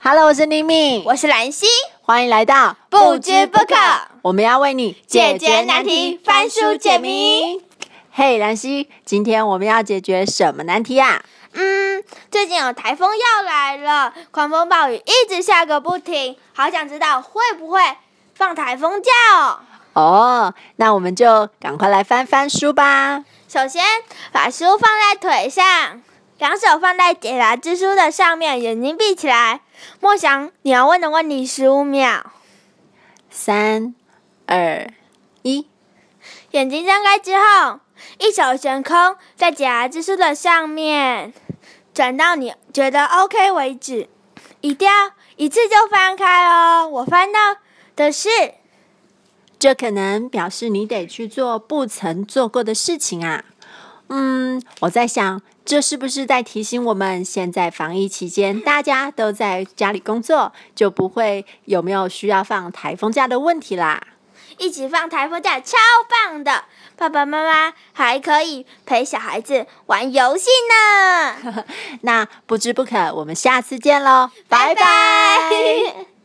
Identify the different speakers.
Speaker 1: Hello，我是妮咪，
Speaker 2: 我是蓝心，
Speaker 1: 欢迎来到
Speaker 2: 不知不可，
Speaker 1: 我们要为你
Speaker 2: 解决难题翻书解谜。
Speaker 1: 嘿，兰溪，今天我们要解决什么难题啊呀、
Speaker 2: 嗯，最近有台风要来了，狂风暴雨一直下个不停，好想知道会不会放台风假哦。
Speaker 1: 哦，那我们就赶快来翻翻书吧。
Speaker 2: 首先，把书放在腿上，两手放在解答之书的上面，眼睛闭起来，默想你要问的问题十五秒。
Speaker 1: 三、二、一，
Speaker 2: 眼睛张开之后，一手悬空，在解答之书的上面，转到你觉得 OK 为止，一定要一次就翻开哦。我翻到的是
Speaker 1: 这可能表示你得去做不曾做过的事情啊。嗯，我在想，这是不是在提醒我们，现在防疫期间大家都在家里工作，就不会有没有需要放台风假的问题啦？
Speaker 2: 一起放台风假，超棒的！爸爸妈妈还可以陪小孩子玩游戏呢。
Speaker 1: 那不知不可，我们下次见喽，
Speaker 2: 拜拜。